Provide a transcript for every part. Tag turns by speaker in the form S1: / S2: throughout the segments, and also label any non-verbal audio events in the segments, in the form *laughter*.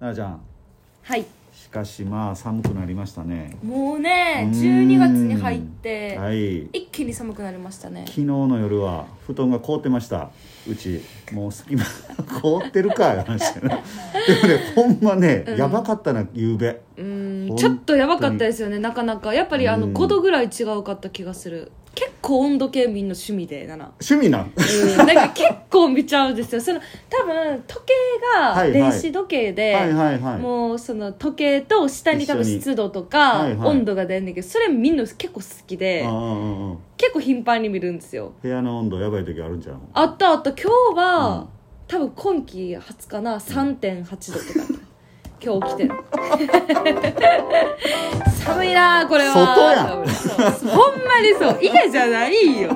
S1: なあちゃん
S2: はい
S1: しかしまあ寒くなりましたね
S2: もうね
S1: うーん
S2: 12月に入って、
S1: はい
S2: 一気に寒くなりましたね
S1: 昨日の夜は布団が凍ってましたうちもう隙間 *laughs* 凍ってるかいう
S2: *laughs*
S1: 話だなでもねほんまね、やばかったな夕べ
S2: うー
S1: ほん
S2: んちょっとやばかったですよねなかなかやっぱりあの
S1: うん
S2: 5度ぐらい違うかった気がする結構温度計見んの趣味でな
S1: *laughs*
S2: な
S1: 趣味なん
S2: うんなんか結構見ちゃうんですよその多分時計
S1: は
S2: が
S1: い
S2: 電子時計で、
S1: はいはいはい
S2: もうその時計と下に多分
S1: 一緒に
S2: 湿度とか
S1: はいはい
S2: 温度が出るんだけどそれ見るの結構好きで
S1: ああああああ
S2: 結構頻繁に見るんですよ
S1: 部屋の温度やばい時あるんじゃん
S2: あったあった今日は、
S1: うん
S2: 多分今季初かな3.8度とか今日来てる *laughs* 寒いなあこれは
S1: 外
S2: そうほんまにそう家じゃないよ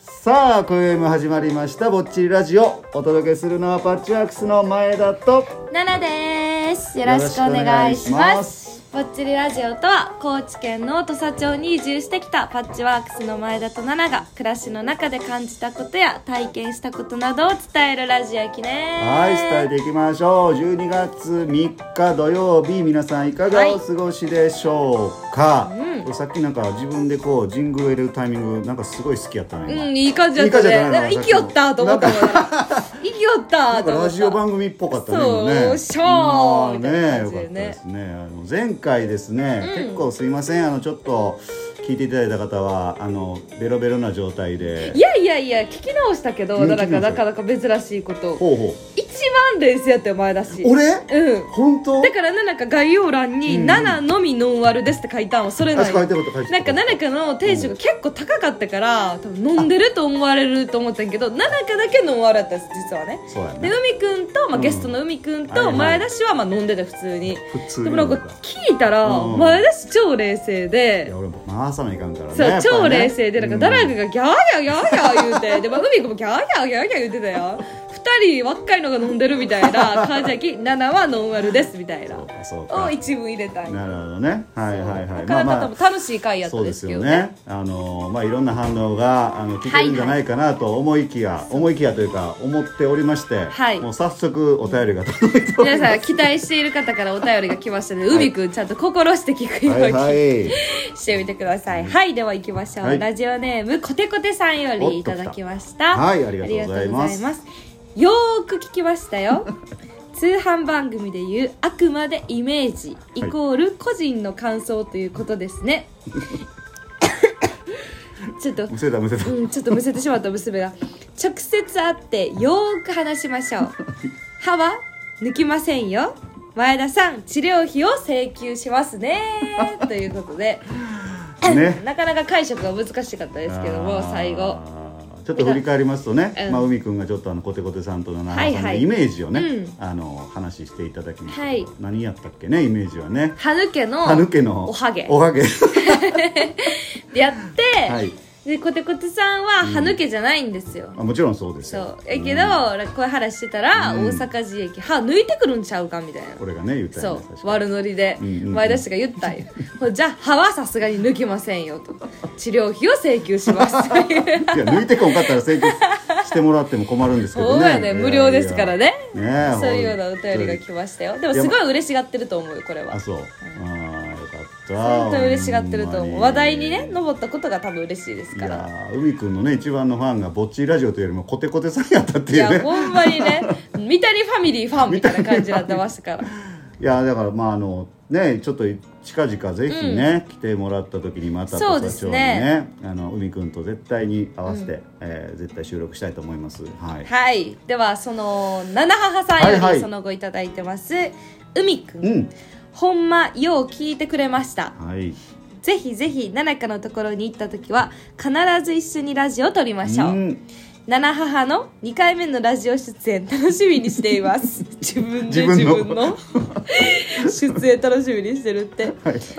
S1: さあ今宵も始まりました「ぼっちりラジオ」お届けするのはパッチワークスの前田と
S2: ナナですよろしくお願いしますぽっちりラジオとは高知県の土佐町に移住してきたパッチワークスの前田とナナが暮らしの中で感じたことや体験したことなどを伝えるラジオやきね
S1: はい伝えていきましょう12月3日土曜日皆さんいかがお過ごしでしょうか、
S2: うん
S1: これさっきなんか自分でこうジングル入れるタイミングなんかすごい好きやったね、今
S2: うん、いい感じだった
S1: いい
S2: ね。
S1: 感じだったな
S2: なんか生きよったと思ったのが。生きよった
S1: なん
S2: と
S1: か
S2: 思った。
S1: ラジオ番組っぽかったね。
S2: そう
S1: 今ね
S2: おっし
S1: まあね、よ
S2: ゃーみたいな感じ
S1: か
S2: で
S1: った
S2: ね
S1: ですね。あの前回ですね、
S2: うん
S1: 結構すいません、あのちょっと聞いていただいた方はあのベロベロな状態で
S2: い、やいやいや、聞き直したけど、
S1: うん
S2: なか
S1: 聞
S2: な
S1: き
S2: か
S1: 直し
S2: な
S1: た
S2: かなか珍しいこと。
S1: ほうほ
S2: 一番冷静やったよ、前だし。
S1: う。俺？
S2: うん。
S1: 本当？
S2: だから、なんか概要欄に、
S1: うん
S2: 7のみノンアルですって書いたんは、それな
S1: あ
S2: ん
S1: 書い
S2: よ
S1: て。ること書いて
S2: なんか、
S1: ること
S2: 7かの店主が結構高かったから、多分飲んでると思われると思ったんやけど、7かだけノンアルやったんです、実はね。
S1: そうや
S2: で
S1: ね。
S2: 海くんと、まあ、
S1: うん
S2: ゲストの海くん
S1: はい
S2: と
S1: はい
S2: 前田氏はまあ飲んでて普通に、
S1: 普通に
S2: でもなんか聞いたら
S1: うん
S2: 前田氏超冷静
S1: い
S2: で
S1: や、俺も回さないかんからね。
S2: そう、
S1: やっぱりね
S2: 超冷静でなんか誰かがギャーギャーギャーギャー言うてで、まあ、海くんもギャーギャーギャーギャー言うて
S1: *laughs*
S2: たよ2人若いのが飲んでるみたいな感じやき7はノンアルですみたいな
S1: そうかそう
S2: を
S1: か。
S2: 一文入れたい
S1: なるほどね。はいはいはい。
S2: なかなか多分楽しい回やった
S1: そ
S2: ん
S1: うで
S2: です
S1: す
S2: け
S1: よ
S2: ど
S1: ね。あのまあいろんな反応があの聞けるんじゃないかなと思いきや、思いきやというか思っておりまして、
S2: はい
S1: もう早速お便りが届いており
S2: 皆
S1: ま
S2: さん期待している方からお便りが来ましたので、海くんちゃんと心して聞く
S1: す。
S2: よう
S1: は
S2: に
S1: いはい。
S2: *laughs* してみてください。はい、では行きましょう。
S1: はい
S2: ラジオネームコテコテさんよりいただきました。
S1: はいありがとうございます
S2: ありがとうございますよーく聞きまし
S1: *laughs*
S2: たよ。通販番組で言うあくまでイメージイコール個人の感想ということですね。 *laughs* ちょっと
S1: むせたむせた。
S2: うん、ちょっとむせてしまった娘が直接会ってよーく話しまし
S1: *laughs*
S2: ょう歯は抜きませんよ前田さん治療費を請求しますねということで、
S1: ね
S2: *laughs* なかなか解釈が難しかったですけども
S1: あー
S2: 最後。
S1: ちょっと振り返りますとね、
S2: うん
S1: まあ海くんがちょっとあのコテコテさんと七
S2: は
S1: 原
S2: い
S1: さん
S2: は
S1: の
S2: い
S1: イメージをね、
S2: うん
S1: あの話していただきました。
S2: はい
S1: 何やったっけねイメージはね。
S2: 歯抜けの
S1: 歯抜けの
S2: おはげ
S1: おはげ。 *laughs*
S2: やって、
S1: はい
S2: でコテコテさんは歯抜けじゃないんですよ、
S1: あもちろんそうです
S2: そ
S1: よ
S2: う。やけど、なんかこういう話してたら、
S1: うん
S2: 大阪寺駅歯抜いてくるんちゃうかみたいな
S1: これがね言った
S2: そ
S1: よね
S2: う
S1: 確かに
S2: 悪ノリで
S1: うんうんうん
S2: 前田氏が言ったんよほいじゃあ歯はさすがに抜きませんよと治療費を請求しますとい
S1: *laughs*
S2: う
S1: いや抜いてこんかったら請求してもらっても困るんですけど
S2: *laughs* そう
S1: ね。
S2: やね無料ですからね
S1: いやいや。ねえ
S2: そういうようなお便りが来ましたよでもすごい嬉しがってると思うよこれ
S1: あ
S2: は
S1: そう。ああよかった。
S2: 本当に嬉しがってると
S1: ほんま
S2: 思う
S1: に
S2: 話題にね上ったことが多分嬉しいです
S1: い
S2: から
S1: やー海くんのね一番のファンがぼっちラジオというよりもコテコテさんやったって
S2: い
S1: いう
S2: や
S1: ね。
S2: ほんま
S1: *laughs*
S2: にね三谷ファミリーファンみたいな感じになってましたから
S1: いやだからまああのねちょっと近々ぜひね、来てもらった時にまた
S2: そう
S1: 土
S2: です
S1: 佐町に
S2: ね
S1: ねあの海くんと絶対に合わせて、えー絶対収録したいと思いますはい、
S2: はいではその七母さん
S1: は
S2: よ
S1: いは
S2: り
S1: い
S2: その後いただいてます海く
S1: うんん
S2: ほんまよう聞いてくれました
S1: はい
S2: ぜひぜひ奈々香のところに行った時は必ず一緒にラジオを撮りましょう、
S1: ん
S2: 奈々母の2回目のラジオ出演楽しみにしています
S1: *laughs*
S2: 自分で自
S1: 自分の
S2: 分の
S1: *laughs*
S2: 出演楽しみにしてるって
S1: はい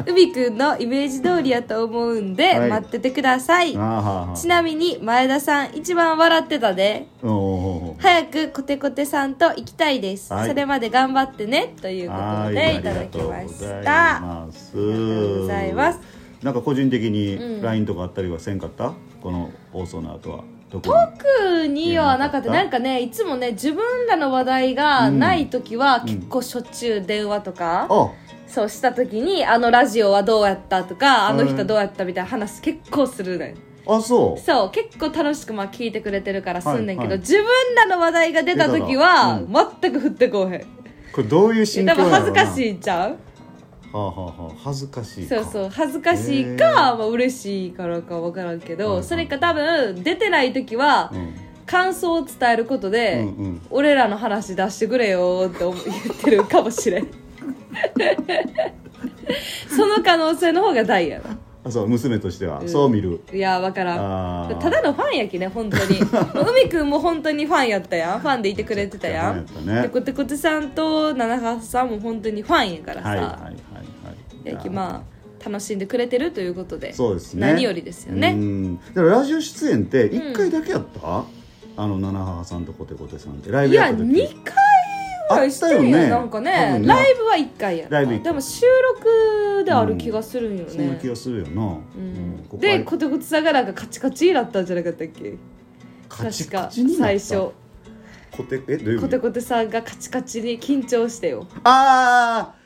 S2: 海くんのイメージ通りやと思うんで、
S1: はい
S2: 待っててください
S1: あーはーは
S2: ち
S1: ー
S2: なみに前田さん一番笑ってたで
S1: おーおーおー
S2: 早くコテコテさんと行きたいです、
S1: はい
S2: それまで頑張ってねというこ
S1: は
S2: と
S1: い
S2: で
S1: あ
S2: い
S1: り
S2: ただ
S1: が
S2: き
S1: とうござ
S2: ま
S1: い
S2: した
S1: ます
S2: ありがとうございます
S1: なんか個人的に
S2: うん
S1: LINE とかあったりはせんかった、この放送の後は特に
S2: 特にはなかっ
S1: い
S2: た
S1: や
S2: なんかねいつもね自分らの話題がない時は
S1: ん
S2: 結構しょっちゅう電話とか、
S1: あ
S2: そうした時にあのラジオはどうやったとかあの人
S1: うん
S2: どうやったみたいな話結構するね
S1: あそう
S2: そう結構楽しくまあ聞いてくれてるからすんねんけど、
S1: はいはい
S2: 自分らの話題が出た時は、
S1: 出
S2: 全く振ってこうへん
S1: これどういう心境
S2: 多
S1: な
S2: 分
S1: の
S2: 恥ずか
S1: い、
S2: しいんちゃう
S1: はあはあはあ、恥ずかしい
S2: そ
S1: か
S2: うそう恥ずかしいか、
S1: へー
S2: まあ嬉しいからか分からんけど、
S1: はいはい
S2: それか多分出てない時は
S1: うん
S2: 感想を伝えることで、
S1: うんうん
S2: 俺らの話出してくれよって思言ってるかもしれん *laughs* その可能性の方が大やろ
S1: あそう娘としては、
S2: うん
S1: そう見る
S2: いや分からん
S1: あー
S2: ただのファンやきね本当
S1: *laughs*
S2: に海くんも本当にファンやったやんファンでいてくれてたやん
S1: ファンやったね
S2: てこてこてさんと七葉さんも本当にファンやからさ、
S1: はいはいはいはい
S2: やきまあ楽しんでくれてるということで
S1: そうですね
S2: 何よりですよ
S1: う
S2: ね
S1: んだからラジオ出演って一回だけやった、あの七母さんとコテコテさんってライブ
S2: い
S1: やっ
S2: や
S1: た時
S2: 2回ぐらいしてるよ
S1: あったよね
S2: なんかね
S1: 多分ね
S2: ライブは1回やった
S1: ライブ一回
S2: でも収録である気がするんよ
S1: そんな
S2: ね
S1: 気、がするよな、
S2: うん
S1: うんここは
S2: でコテコテさんがなんかカチカチになったんじゃなかったっけ
S1: カチ
S2: 確
S1: カ
S2: か
S1: チになった
S2: 最初
S1: コテえどういう意
S2: コ
S1: 味
S2: テコテさんがカチカチに緊張してよ
S1: ああ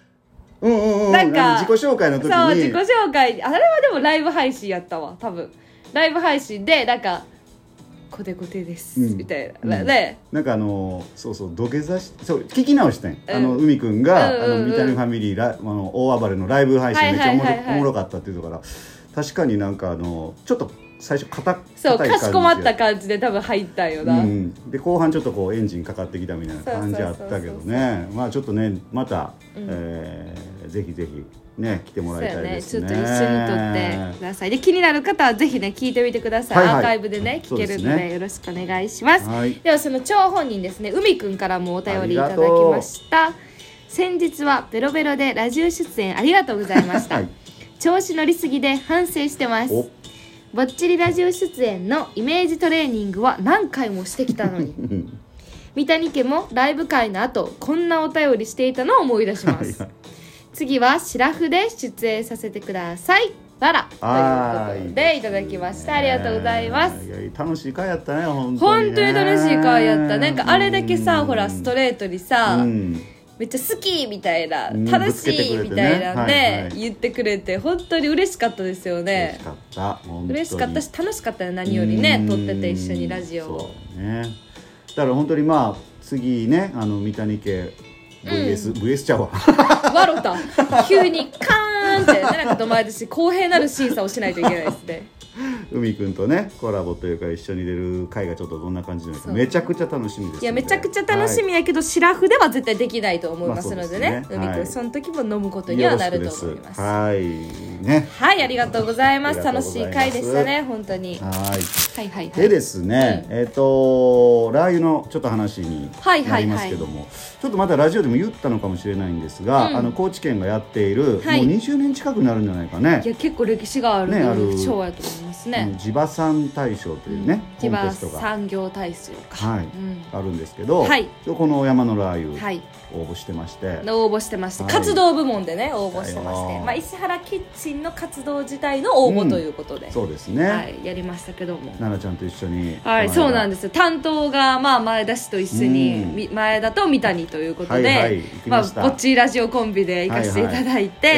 S1: うんうんうん
S2: なんか
S1: 自己紹介の時に
S2: そう自己紹介あれはでもライブ配信やったわ多分ライブ配信でなんか「コテコテです」
S1: うん
S2: みたい
S1: うん
S2: な、ね
S1: なんかあのそうそう土下座しそう聞き直してん、
S2: うん
S1: あの海くんが、
S2: うんうんう
S1: あ
S2: ん
S1: の見た目ファミリーラあの大暴れのライブ配信
S2: は
S1: め
S2: い
S1: っち
S2: は
S1: ゃお
S2: い
S1: もろ,、
S2: はいはい
S1: おもろかったっていうところから確かになんかあのちょっと最初硬
S2: そう
S1: 硬い
S2: か
S1: 感じ
S2: しこまった感じで多分入ったんよ
S1: う
S2: な、
S1: ん、で後半ちょっとこうエンジンかかってきたみたいな感じあったけどねまあちょっとねまた、
S2: うん
S1: えーぜひぜひね来ても
S2: そう
S1: らい
S2: や
S1: たい
S2: ね
S1: で
S2: ち
S1: す
S2: ょっ
S1: ね
S2: と一緒に撮ってくださいで気になる方はぜひね聞いてみてください、
S1: はいはい
S2: アーカイブでね聞け
S1: そ
S2: るの
S1: う
S2: で
S1: ですね
S2: よろしくお願いします、
S1: はい
S2: ではその張本人ですね海くんからもお便りいただきました先日はベロベロでラジオ出演ありがとうございました、
S1: はい
S2: 調子乗りすぎで反省してます
S1: お
S2: ぼっちりラジオ出演のイメージトレーニングは何回もしてきたのに
S1: *laughs* うん
S2: 三谷家もライブ会の後こんなお便りしていたのを思い出します
S1: はいはい
S2: 次はシラフで出演させてくださいわら
S1: あ
S2: という
S1: ー
S2: こと
S1: す
S2: で
S1: ね
S2: いただきましたありがとうございます
S1: や楽しい会やったね本当
S2: 本
S1: に、
S2: 当
S1: ね、
S2: に楽しい回やったなんかあれだけさ
S1: うん
S2: ほらストレートにさ、
S1: うん
S2: めっちゃ好きみたいな
S1: うん
S2: 楽しいみたいなんで
S1: ぶつけてくれてねはいはい
S2: 言ってくれて本当に嬉しかったですよ
S1: 嬉し
S2: ね
S1: かった本当に
S2: 嬉しかったし楽しかったよ何よりね
S1: うん
S2: 撮ってて一緒にラジオを
S1: そうねだから本当にまあ次ねあの三谷家 VS、VS ちゃうわ
S2: わろた急にカーンって、ね、なんかど前ですし公平なる審査をしないといけないですね
S1: *laughs* 海くんとねコラボというか一緒に出る会がちょっとどんな感じなのか
S2: そう
S1: めちゃくちゃ楽しみです
S2: いやめちゃくちゃ楽しみやけど、シラフでは絶対できないと思いますので
S1: まあ
S2: ね,、
S1: そうですね
S2: 海く
S1: は
S2: ん
S1: い
S2: その時も飲むこと
S1: はい
S2: にはなる
S1: よろ
S2: と
S1: しく
S2: 思い
S1: で
S2: ますす
S1: はいね
S2: はいありがとうございま
S1: あ
S2: す
S1: りが
S2: 楽
S1: とう
S2: し
S1: ござ
S2: い
S1: います
S2: 回でしたね本当には
S1: はい
S2: いはいは
S1: で
S2: い
S1: ですね、えっ、とラー油のちょっと話に
S2: はいはいは
S1: ないりますけども、ちょっとまだラジオでも言ったのかもしれないんですが、
S2: うん
S1: あの高知県がやっている、
S2: はい
S1: もう20年近くなるんじゃないかね
S2: いや結構歴史がある
S1: ねある
S2: 賞やと思います
S1: あの
S2: ね
S1: 地場産大賞というね、
S2: 千
S1: コン
S2: 葉
S1: テストが、
S2: 産業大賞か
S1: はい
S2: うん
S1: あるんですけど、
S2: はい
S1: この山のラー油、
S2: はい
S1: 応募してまして、
S2: の応募してまして、
S1: はい
S2: 活動部門でね応募してま
S1: だ
S2: して、
S1: よ
S2: まあ、石原キッチンの活動自体の応募ということで、
S1: そうですね、
S2: はい、やりましたけども
S1: 奈々ちゃんと一緒に
S2: はい、そうなん
S1: す
S2: ですよ担当がまあ前田氏と一緒に、
S1: うん
S2: み前田と三谷ということで、
S1: はいはい行き
S2: ま
S1: ました
S2: あ、ぼっちラジオコンビで行かせていただいて、
S1: え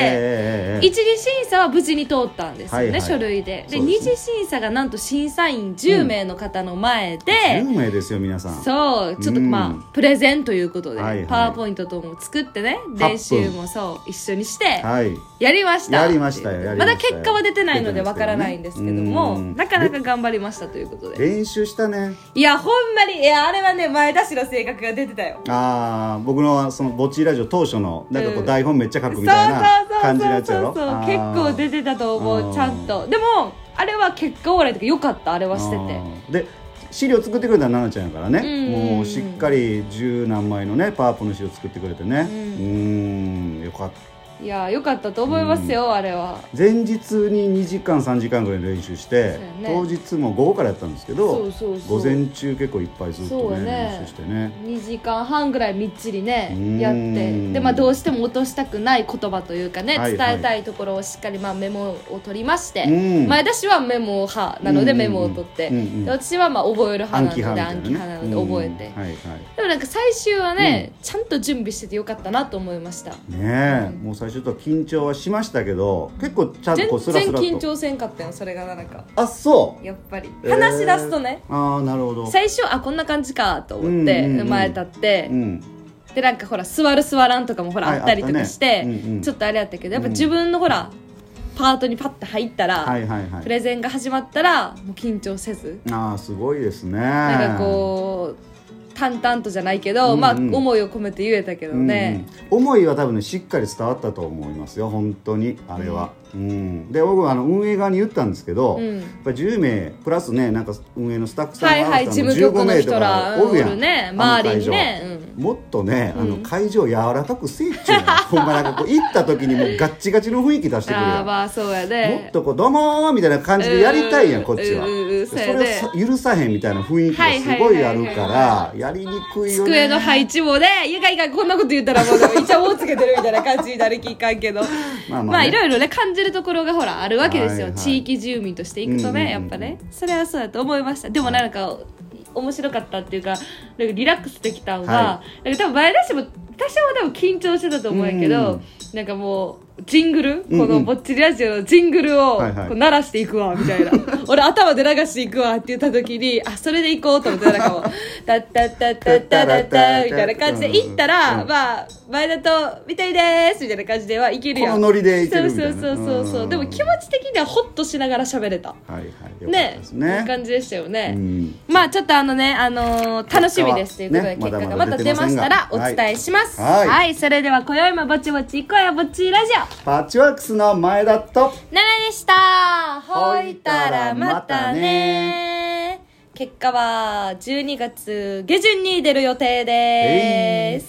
S1: えええええ
S2: 一次審査は無事に通ったんですよね、
S1: はいはい
S2: 書類でで
S1: そう
S2: 二
S1: ですね
S2: 次審査がなんと審査員10名の方の前で、
S1: 10名ですよ皆さん
S2: そうちょっと
S1: うん
S2: まあ、プレゼンということで、
S1: はいはい
S2: パワーポイントとも作ってね練習もそう一緒にして、
S1: はい
S2: やりました
S1: やりましたよやりましたよ
S2: だ結果は出てないのでわからないんですけども、
S1: うん
S2: なかなか頑張りましたということで
S1: 練習したね
S2: いやほんまにいやあれはね前田氏の性格が出てたよ
S1: あー僕のそのぼっちラジオ当初のなんかこ
S2: うん
S1: う台本めっちゃ書
S2: そ
S1: く
S2: う
S1: みたいな感じの
S2: そ
S1: や
S2: う
S1: つや
S2: そう
S1: ろ
S2: そう結構
S1: て
S2: 出てたと思
S1: あ
S2: う
S1: ー
S2: ちゃんとでもあれは結果オーライとか良かったあれはしてて
S1: で資料作ってくれたのは奈々ちゃんやからね
S2: うん
S1: もうしっかり十何枚のねパワーポの資料作ってくれてね
S2: う
S1: うんーんよかっ
S2: いやよかったと思いますよ、あれは
S1: 前日に2時間3時間ぐらい練習して、
S2: そうやね
S1: 当日も午後からやったんですけど
S2: そうそうそう
S1: 午前中結構いっぱいずっ
S2: そ
S1: と
S2: うや
S1: ね
S2: ね
S1: 練習してね
S2: 2時間半ぐらいみっちりね
S1: うん
S2: やってで、まあ、どうしても落としたくない言葉というかね、
S1: はいはい
S2: 伝えたいところをしっかりまあメモを取りまして、
S1: うん
S2: 前田氏はメモ派なので
S1: うん
S2: メモを取って、
S1: うんうん
S2: で私はまあ覚える派なので暗
S1: 暗
S2: 記
S1: 記派
S2: 派な
S1: みたいなね
S2: ので覚えて、
S1: うんはいはい
S2: でもなんか最終はね、ちゃんと準備しててよかったなと思いました
S1: ねえ、
S2: うん
S1: もう最初とは緊張はしましたけど結構ちゃんと
S2: 全
S1: こ
S2: 然
S1: うスラスラと
S2: 緊張せんかったよそれがなんか
S1: あそう
S2: やっぱり
S1: えー
S2: 話し出すとね、
S1: ああなるほど
S2: 最初あこんな感じかと思って
S1: うんうんうん
S2: 生まれたって、
S1: うん
S2: でなんかほら座る座らんとかもほら
S1: はい
S2: あったりと
S1: あっ
S2: か
S1: たね
S2: して、
S1: うんうん
S2: ちょっとあれやったけどやっぱ
S1: うん
S2: 自分のほら、パートにパッて入ったら、
S1: はいはいは
S2: プ
S1: い
S2: レゼンが始まったらもう緊張せず
S1: ああすごいですね
S2: な
S1: なん
S2: かこう淡々とじゃないけど、
S1: うんうん
S2: まあ思いを込めて言えたけどね、
S1: うんうん思いは多分ねしっかり伝わったと思いますよ本当にあれは、うんで僕はあの運営側に言ったんですけど、
S2: うん
S1: やっぱ10名プラスねなんか運営のスタッフさん
S2: はいはい
S1: あ
S2: 事
S1: なたも
S2: 務局の人
S1: 15名
S2: ら
S1: とかおるやん
S2: おるね
S1: あの会場
S2: 周りにね、うん
S1: もっとね、あ
S2: う
S1: の
S2: ん
S1: 会場柔らかくせえっちゅうのほんまなんかこう行った時にもうガッチガチの雰囲気出してくる
S2: あ
S1: や
S2: あ
S1: ん
S2: まあそう *laughs* や
S1: も
S2: で
S1: っとこう「どうも」みたいな感じでやりたいやんこっちは
S2: うんうんうんそう
S1: それ
S2: や
S1: を
S2: ね
S1: さ許さへんみたいな雰囲気がすごいあるからやりにくいよね
S2: 机の配置もね「いかいかこんなこと言ったらもうでもイチャモンつけてる」みたいな感じになるきいかんけ
S1: *laughs*
S2: ど
S1: まあまあね
S2: まあいろいろね感じるところがほらあるわけですよ、
S1: はいはい
S2: 地域住民としていく
S1: う
S2: とね、
S1: んうん
S2: や
S1: うん
S2: っぱねそれはそうだと思いましたでもなんか、面白かったっていうかなんかリラックスできたのが、
S1: は
S2: なんか多分前田氏も多少は多分緊張してたと思うんやけど、
S1: うん
S2: なんかもうジングル、
S1: うんうん
S2: このぼっちりラジオのジングルをこ
S1: はいはいう
S2: 鳴らしていくわみた
S1: *laughs*
S2: いな俺頭で流していくわって言った時にあそれでいこうと思ってなんかもう「タッタッタッタッタッタッタ」みたいな感じで行ったら、
S1: うん
S2: まあ前田と「みたいです」みたいな感じではいけるやん
S1: このノリでいけるみたいな
S2: そうそうそうそう、
S1: うん
S2: でも気持ち的にはホッとしながら喋れた
S1: はいはいよかった
S2: ね
S1: です
S2: いい感じでしたよね、
S1: うん
S2: まあちょっとあのね、あのー楽しみですということで、
S1: ね
S2: 結果が
S1: まだまだ
S2: また出ましたらお
S1: 出てませんが
S2: 伝えします
S1: はいはい
S2: それでは今宵もぼちぼち行こうよぼっちラジオ
S1: パッチワークスの前田と
S2: ナナでしたほいたらまたね結果は12月下旬に出る予定です、